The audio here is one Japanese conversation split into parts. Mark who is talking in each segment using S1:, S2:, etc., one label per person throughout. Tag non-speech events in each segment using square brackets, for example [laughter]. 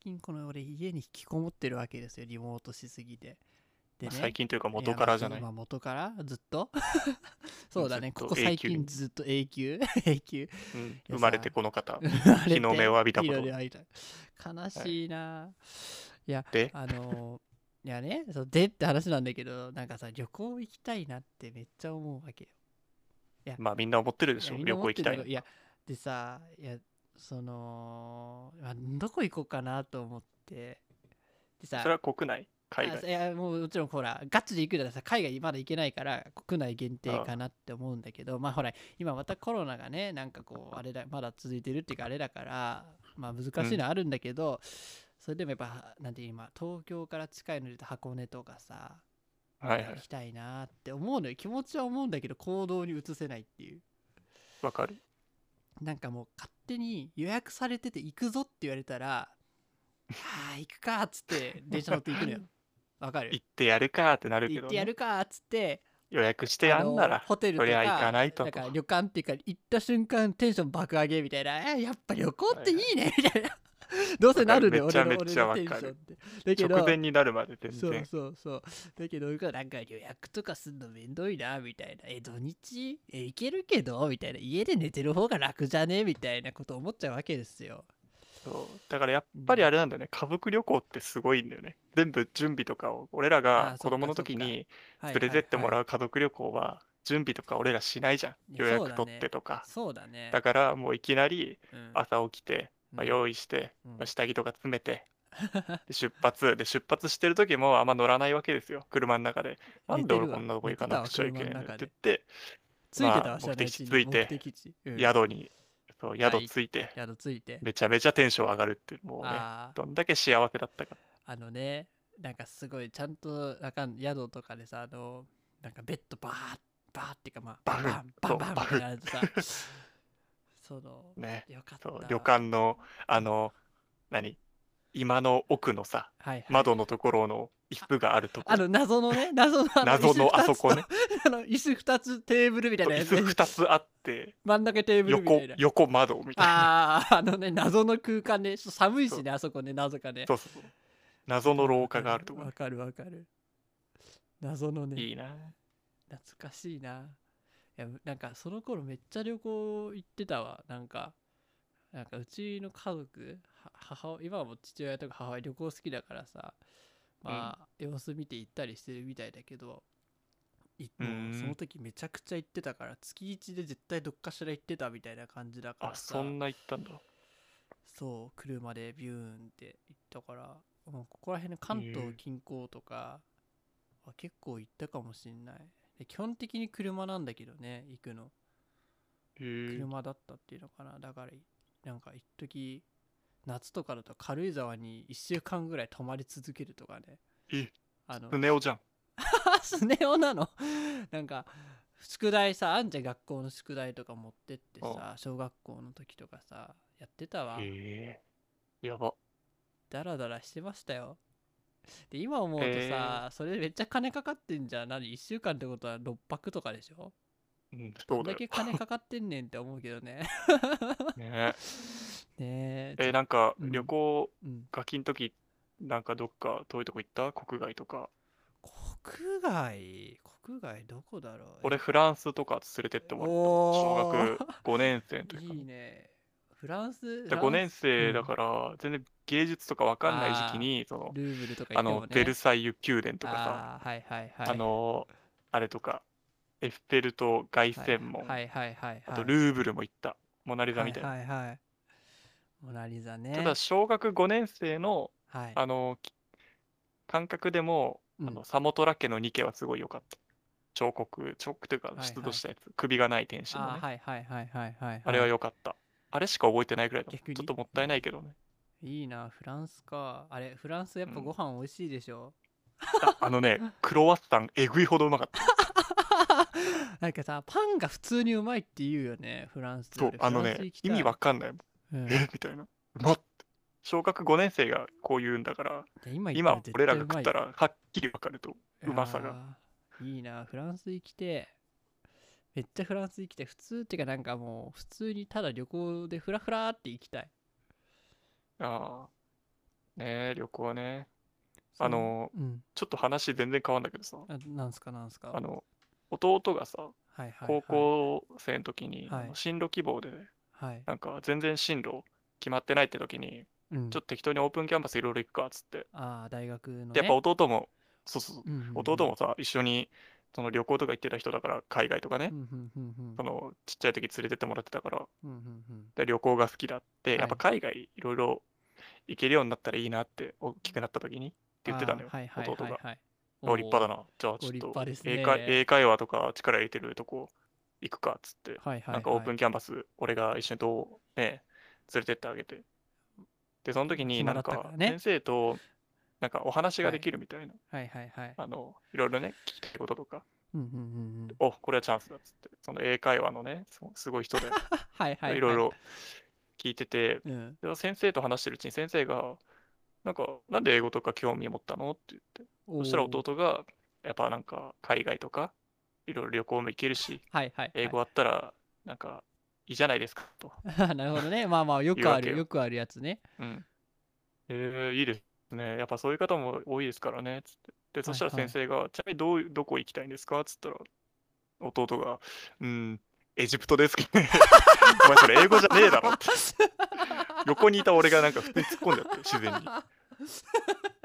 S1: 近この俺家に引きこもってるわけですよリモートしすぎてで
S2: まあ最近というか元からじゃない
S1: やまあ元からずっと [laughs] そうだね
S2: ずっと
S1: ここ最近ずっと永久 [laughs] 永久
S2: うん生まれてこの方
S1: 日
S2: 日の目を浴びたこと
S1: 悲しいな、い、や
S2: で
S1: [laughs] あのいやねそうでって話なんだけどなんかさ旅行行きたいなってめっちゃ思うわけよ
S2: まあみんな思ってるで
S1: い
S2: し
S1: や
S2: ょ
S1: みんな
S2: 旅
S1: 思っ
S2: 行行
S1: て
S2: き
S1: んだけ
S2: たい
S1: ど
S2: の
S1: いやでさいやその、まあ、どこ行こうかなと思ってでさ
S2: それは国内海
S1: あ
S2: 外
S1: いやもうもちろんほらガチで行くならさ海外まだ行けないから国内限定かなって思うんだけどまあほら今またコロナがねなんかこうあれだまだ続いてるっていうかあれだからまあ難しいのはあるんだけど、それでもやっぱなんていう今東京から近いので言うと箱根とかさ
S2: はいは
S1: 行
S2: い
S1: きたいなって思うのよ気持ちは思うんだけど行動に移せないっていう
S2: わかる
S1: なんかもう勝手に予約されてて行くぞって言われた [laughs] ら「ああ行くか」っつって電車乗って行くのよわかる
S2: 行ってやるかってなるけ
S1: 行
S2: ど
S1: ってや
S2: ね
S1: るかっつって
S2: 予約してやん
S1: あ
S2: な
S1: の
S2: ら
S1: ホテルと
S2: そり
S1: か
S2: ゃ行かないと
S1: なんか
S2: と
S1: 旅館っていうか行った瞬間テンション爆上げみたいなえやっぱ旅行っていいねみたいな [laughs] どうせなるね
S2: わか
S1: 俺
S2: る
S1: の
S2: めちゃめ
S1: 俺
S2: ちゃ
S1: のテン
S2: わかる
S1: ションってだけど
S2: 直前になるまで全
S1: そう
S2: 然
S1: そうそうだけどなんか予約とかすんのめんどいなみたいなえ土日え行けるけどみたいな家で寝てる方が楽じゃねみたいなこと思っちゃうわけですよ
S2: そうだからやっぱりあれなんだよね家族旅行ってすごいんだよね全部準備とかを俺ら
S1: あー
S2: が
S1: そっ
S2: 子
S1: か
S2: 供の
S1: そっか
S2: 時に
S1: はい
S2: 連れてっても
S1: う
S2: らう家族旅行は準備とか俺らしないじゃん
S1: いや
S2: 予
S1: そう
S2: 約
S1: だ
S2: 取
S1: ね
S2: ってとか
S1: そうだね
S2: だからもういきなり
S1: うん
S2: 朝起きてまあ
S1: うん
S2: 用意して
S1: うん
S2: まあ下着とか詰めてで出発で出発してる時もあんま乗らないわけですよ車の中でなんで
S1: 寝て
S2: 俺
S1: るわ
S2: こんなとこ行かなくちゃいけないの
S1: 寝てたわ
S2: って言って
S1: [laughs] ついてたわ、
S2: まあ
S1: 知らないうちに
S2: 目的地着いて
S1: 目的地、うん、
S2: 宿にそう
S1: はい
S2: 宿着いて
S1: 宿ついて、
S2: めちゃめちゃテンション上がるっていうもうね
S1: ああ
S2: どんだけ幸せだったか
S1: あのねなんかすごいちゃんとわかん宿とかでさあのなんかベッドバーッバーッっていうかまあバ
S2: バフ
S1: ンバンバンバンみた
S2: そう
S1: いなやつさその
S2: ね
S1: よかった
S2: そう旅館のあの何今の奥のさ
S1: はい、はい、
S2: 窓のところの椅子があるとこ
S1: あの謎の
S2: [laughs]
S1: ね謎のあの
S2: 謎のあそこね
S1: 椅子二つとあの椅子2つテーブルみたいな
S2: 椅
S1: やつね
S2: 子2つあって
S1: 真ん中テーブルみた
S2: 横
S1: いな
S2: 横窓みたいな
S1: あああのね謎の空間ねちょっと寒いしねあそこねなぜかね
S2: そうそうそう謎の廊下があるとこ
S1: わかるわかる謎のね
S2: いいな
S1: 懐かしいないやなんかその頃めっちゃ旅行行ってたわなんかなんかうちの家族は母親今はもう父親とか母親旅行好きだからさまあ、様子見て行ったりしてるみたいだけどいもう
S2: ーん
S1: その時めちゃくちゃ行ってたから月1で絶対どっかしら行ってたみたいな感じだか
S2: あ
S1: らさ
S2: そんな行ったんだ
S1: そう車でビューンって行ったからもうここら辺の関
S2: へえ
S1: 東近郊とかは結構行ったかもしんないで基本的に車なんだけどね行くの
S2: へー
S1: 車だったっていうのかなだからなんか一時夏とかだと軽井沢に1週間ぐらい泊まり続けるとかね
S2: え
S1: あの
S2: スネ夫じゃん
S1: あ [laughs] スネ夫なの [laughs] なんか宿題さあんじゃん学校の宿題とか持ってってさ小学校の時とかさやってたわ
S2: へえやば
S1: ダラダラしてましたよで今思うとさ、
S2: へー
S1: それめっちゃ金かかってんじゃん何1週間ってことは6泊とかでしょ
S2: うんそ
S1: どん
S2: うだ
S1: だ
S2: よ
S1: け金かかってんねんって思うけど
S2: [laughs]
S1: ね [laughs]
S2: ね
S1: ねえ
S2: えーなんか
S1: うん
S2: 旅行
S1: うん、
S2: ガキの時なんかどっか遠いとこ行った国外とか
S1: 国外国外どこだろう
S2: 俺フランスとか連れてってもらった小
S1: おー
S2: 学5年生の時かな
S1: [laughs]
S2: い
S1: いねフランス
S2: 5年
S1: う
S2: 生
S1: ん
S2: だから全然芸術とかわかんない時
S1: あー
S2: 期にその
S1: ルーブルとか行
S2: あ
S1: っても、ね、
S2: のベルサイユ宮殿とかさ
S1: あーはいはいはい
S2: あのあれとかエッフェル塔凱旋門
S1: はいはいはいはいはい
S2: あとルーブルも行ったモナリザみたいな
S1: はいはいはいモナリザね
S2: ただ小学5年生の
S1: はい
S2: あのき感覚でも
S1: うん
S2: あのサモトラ家の2家はすごい良かった彫刻彫刻というか
S1: はいはい
S2: 出土したやつ首がない天使の
S1: あー
S2: ね
S1: はいはいはいはいはいい
S2: あれは良かったあれしか覚えてないくらいだもん
S1: 逆に
S2: ちょっともったいないけ
S1: [laughs]
S2: どね
S1: いいなフランスかあれフランスやっぱ
S2: うん
S1: ご飯美味しいでしょ、 [laughs]
S2: ああのねクロワッサンえぐいほどうまかった
S1: なんかさパンが普通にうまいって言うよねフランス
S2: そう
S1: 俺
S2: あの
S1: フランス
S2: ね
S1: 行きた
S2: 意
S1: い
S2: 味わかんないもん
S1: うん
S2: えみたいなうまっ小学5年生がこう言うんだから
S1: いや今行
S2: 今
S1: った
S2: 俺
S1: ら
S2: ら
S1: 絶対
S2: が
S1: うま
S2: 食っ
S1: い
S2: たらはっきりわかるとうまさが
S1: あーいいなフランス行きてめっちゃフランス行きて普通っていうかなんかもう普通にただ旅行でフラフラって行きたい
S2: あねえ旅行ね。あの、
S1: うん。
S2: ちょっと話全然変わるんだけどさ、
S1: あなんすかなんすか。
S2: あの、弟がさ、
S1: はいはいはい、
S2: 高校生の時に、
S1: はい
S2: あの進路希望で、
S1: はい。
S2: なんか全然進路決まってないって時に、
S1: うん、
S2: ちょっと適当にオープンキャンパスいろいろ行くかっつって。
S1: ああ、大学の、ね。
S2: で、やっぱ弟も、そうそうそう、
S1: うんうんうん
S2: 弟もさ、一緒にその旅行とか行ってた人だから、海外とかね
S1: う、んうんうんうん
S2: そのちっちゃい時連れてってもらってたから、
S1: うんうんうん
S2: で旅行が好きだって、
S1: い
S2: やっぱ海外いろいろ行けるようになったらいいなって、大きくなった時にって言ってたのよ
S1: あーはいはいはい
S2: 弟が
S1: はい
S2: あ立派だな。じゃあ
S1: ご立
S2: ちょっと
S1: 派ですね
S2: 英会英会話とか力入れてるとこ行くかっつって、
S1: はいはいはい。
S2: なんかオープン
S1: ン
S2: キャンパス、俺が一緒にどうね、連れてってあげて。で、その時に
S1: 暇
S2: な
S1: だ
S2: ん
S1: ったか
S2: から
S1: ね
S2: 先生となんかお話ができるみたいな。
S1: はいはいはい。
S2: あの、いろいろね、聞きたいこととか、
S1: うんうんうんうん。
S2: お、これはチャンスだっつって、その英会話のね、すすごい人で、
S1: [laughs] はいはいはい。
S2: いろいろ聞いてて、
S1: うん。
S2: で先生と話してるうちに先生が、なんか、なんで英語とか興味持ったのって言って、そしたら
S1: おー。
S2: 弟が、やっぱなんか、海外とか、いろいろ旅行も行けるし、
S1: はいはいはい。
S2: 英語あったら、なんか、いいじゃないですか、と。
S1: [laughs] なるほどね。まあまあ、よくあ
S2: 言うわけよ
S1: る、よくあるやつね。
S2: うん。えー、いいですね。やっぱそういう方も多いですからね。つって。で、そしたら
S1: はいはい
S2: 先生が、ちなみにどう、どこ行きたいんですかつったら、弟が、うん、エジプトですけどね。 [laughs] お前それ英語じゃね
S1: [laughs]
S2: えだろって。横にいた俺がなんか普通に突っ込んじゃって、自然に。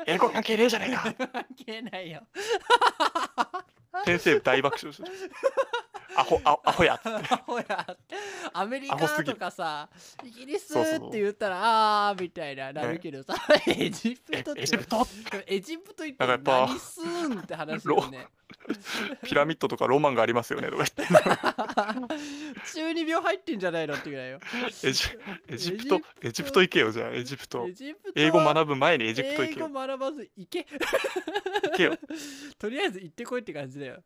S2: 英語関係ねえじゃねえ
S1: [laughs]
S2: か
S1: 関係ないよ。 [laughs]
S2: 先生大爆笑して。アホ、アホアホやっつって
S1: ほら、アメリ
S2: アホす
S1: カ
S2: ぎ
S1: と
S2: る
S1: かさ、イギリス
S2: そうそう
S1: って言ったら、あーみたいな、なるけどさ、 [laughs] エジプトっ
S2: え
S1: て
S2: エジプト
S1: エジプト行っ
S2: な
S1: て
S2: んかやっぱ
S1: 何すんって話よね。
S2: ピラミッドとかロマンがありますよねとか言
S1: [laughs]
S2: っ
S1: 中二病入ってんじゃないのってぐらいよ。
S2: [laughs] て。エジ、エジプト、エジプト行けよ、じゃあ、エジプト
S1: エ。ジプト
S2: 英語
S1: は
S2: 学ぶ前にエジプト行け
S1: 英
S2: よ。
S1: 語学ばず行け。 [laughs]
S2: 行けよ。
S1: とりあえず行ってこいって感じだよ。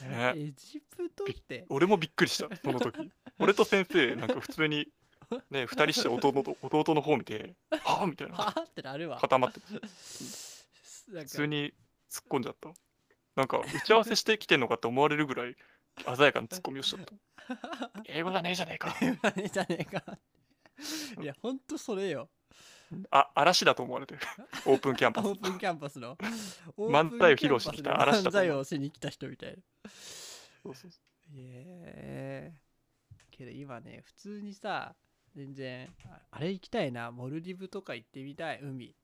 S2: ね
S1: エジプトって。
S2: 俺もびっくりした、その時。俺と先生、なんか普通に、ね、二人して弟と弟の方見て、はあみたいな、
S1: はあってなるわ。
S2: 固まって、
S1: [laughs] なん
S2: 普
S1: か
S2: 通に突っ込んじゃった。なんか、打ち合わせしてきてんのかって思われるぐらい、鮮やかな突っ込みをしちゃった。英語じゃねえじゃねえか。
S1: あれじゃねえかいやほんとそれよ
S2: あ、嵐だと思われてる。オープンキャン
S1: オ
S2: パス
S1: ー。プンキャンパスのオープ
S2: 漫
S1: ン
S2: 才を披露しに来
S1: キ
S2: た
S1: ャンパ
S2: 嵐
S1: スで漫
S2: だと思う
S1: 才をしに来た人みたいな
S2: そうそうそ
S1: えけど今ね普通にさ全然ああれ行きたいなモルディブとか行ってみたい海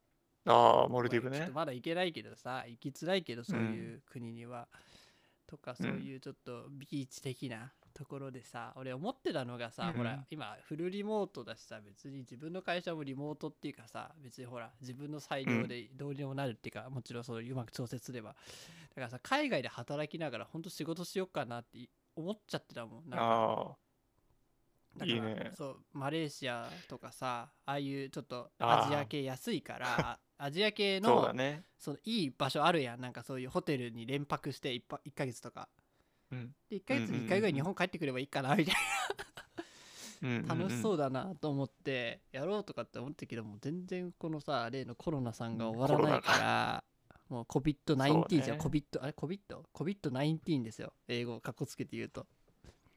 S2: うああ、モルディブ
S1: ちょっ
S2: ね
S1: と。まだ行けないけどさ行きづらいけどそういう国には、とかそういうちょっとビーチ的なところでさ、俺思ってたのがさ、
S2: うん
S1: ほら今フルリモートだしさ別に自分の会社もリモートっていうかさ別にほら自分の裁量でどうにもなるっていうか、もちろんそういううまく調節すればだからさ海外で働きながらほんと仕事しよっかなって思っちゃってたもんなんか
S2: あ
S1: だから
S2: いいね
S1: そうマレーシアとかさああいうちょっと
S2: あー
S1: アジア系安いからアジア系
S2: あ、そう
S1: の
S2: だね。
S1: そのいい場所あるやんなんかそういうホテルに連泊して 1, 一ヶ月とか
S2: うん。
S1: で1ヶ
S2: うんうん
S1: 月
S2: うんうん
S1: に1回ぐらい日本帰ってくればいいかなみたい
S2: うん
S1: な楽しそううだなと思ってやろうとかって思ったけどもう全然このさ例のコロナさんが終わらないからもう COVID-19 じゃん、
S2: そ
S1: COVID あれ COVID?COVID-19 ですよ英語をかっこつけて言うと
S2: ん。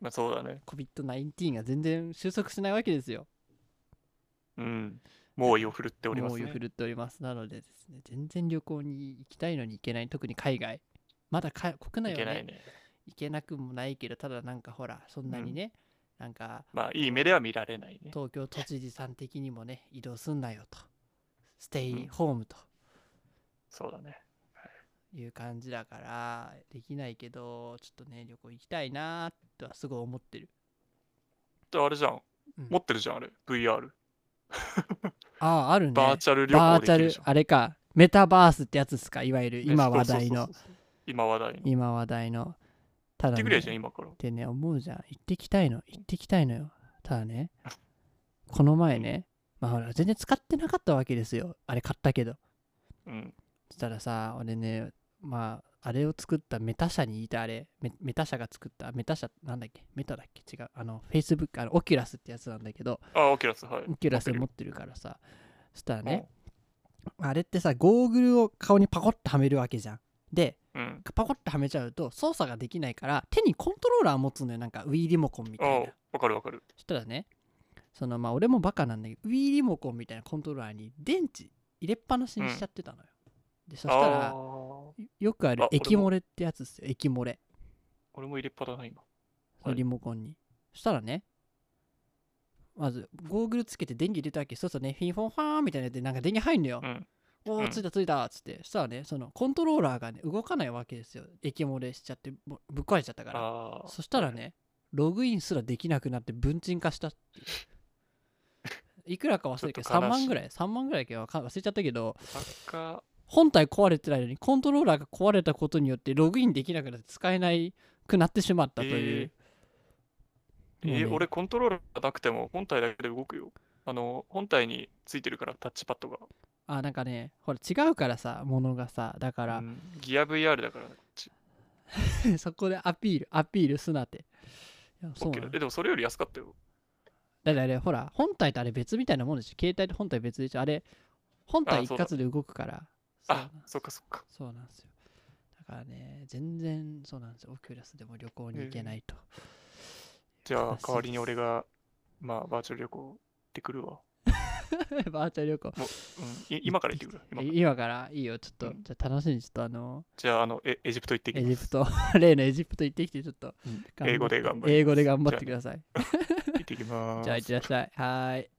S2: まあ、そうだね。
S1: COVID-19 が全然収束しないわけですよ
S2: うん。猛威を振るっております
S1: 猛威を
S2: ね
S1: 振。るっておりますなのでですね全然旅行に行きたいのに行けない特に海外まだか国内は
S2: い
S1: ね
S2: けないね。
S1: 行けなくもないけどただなんかほらそんなにね、なんか
S2: まあ、いい目では見られないね。
S1: 東京都知事さん的にもね移動すんなよとステイホームと
S2: そうだね。
S1: いう感じだからできないけどちょっとね旅行行きたいなーとはすごい思ってる
S2: であれじゃん
S1: うん。
S2: 持ってるじゃん、あれ。VR。
S1: あああるね
S2: バーチャル旅
S1: バー
S2: 行
S1: チ
S2: でき
S1: ャ
S2: る
S1: ル
S2: じゃん。
S1: あれかメタバースってやつですかいわゆる
S2: ね
S1: 今話
S2: そうそう
S1: 題
S2: そう
S1: の
S2: そう今話題の。行っ
S1: 今話題のただ
S2: て
S1: ね
S2: くれじゃん、今から。
S1: ってね思うじゃん行ってきたいの行ってきたいのよただねこの前ねまあほら全然使ってなかったわけですよあれ買ったけど
S2: うん。
S1: そしたらさ俺ねまああれを作ったメタ社にいたあれメメタ社が作ったメタ社なんだっけメタだっけ違うあの Facebook あのオキュラスってやつなんだけど
S2: あ、オキュラス、はい。
S1: オキュラス
S2: 持ってる
S1: 持ってるからさそしたらねあれってさゴーグルを顔にパコッとはめるわけじゃんで
S2: うん。うん。
S1: パコッとはめちゃうと操作ができないから手にコントローラー持つのよなんか Wii リモコンみ
S2: あ
S1: たいな
S2: わかるわかる。
S1: そしたらねそのまあ俺もバカなんだけど Wii リモコンみたいなコントローラーに電池入れっぱなしにしちゃってたのよ。で、そした
S2: あ
S1: ら、
S2: ー
S1: よくある
S2: あ俺も
S1: 液漏れってやつですよ、液漏れ。
S2: 俺も入れっぱだな、今。
S1: そのリモコンに。そしたらね、まず、ゴーグルつけて電気入れたわけ。そうするとね、フィンフォンファーンみたいなやつで、なんか電気入んのよ
S2: う。ん。
S1: お
S2: う
S1: ー、
S2: ん
S1: ついたついたっつって。そしたらね、そのコントローラーがね、動かないわけですよ。液漏れしちゃって、ぼぶっ壊れちゃったから。
S2: ああ。
S1: そしたらね、ログインすらできなくなって、文鎮化したって
S2: [laughs]
S1: いう。いくらか忘れたけど、
S2: ちょっ
S1: 3
S2: と悲しい
S1: 万ぐらい、3万ぐらいだっけわか忘れちゃったけど、
S2: サッカ
S1: 本体壊れてないのに、コントローラーが壊れたことによって、ログインできなくなって使えないくなってしまったという。
S2: ー、え
S1: もうね
S2: ー俺コントローラーなくても本体だけで動くよ。あの、本体についてるから、タッチパッドが。
S1: あなんかねほら違うからさものがさだから
S2: う、んギア VR だから、こっち
S1: [laughs] そこでアピールアピールすなっていやそうな
S2: OK
S1: の
S2: えでもそれより安かったよ。
S1: だってあれほら本体とあれ別みたいなもんでしょ携帯と本体別でしょあれ本体
S2: あ
S1: 一
S2: そうだ
S1: 括で動くからそうな
S2: あ、そっかそっか。
S1: そうなんですよだからね全然そうなんですよオキュラスでも旅行に行けないと、
S2: じゃ
S1: 悲
S2: あ
S1: し、い
S2: 代わりに
S1: です
S2: 俺が、まあ、バーチャル旅行行ってくるわ。
S1: [laughs] バーチャル旅行
S2: うん、い今から行ってくる。今から
S1: え今からいいよちょっと、
S2: うん
S1: じゃあ楽しみにちょっとあの
S2: じゃあ、あの、エエジプト行ってき
S1: エ
S2: ます。
S1: ジプト [laughs] 例のエジプト行ってきてちょっと
S2: うん
S1: 頑張って
S2: 英語で頑張ります
S1: 英語で頑張ってください
S2: 行ってきま
S1: じゃあ、い
S2: す
S1: っ。てらっしゃい。はーい。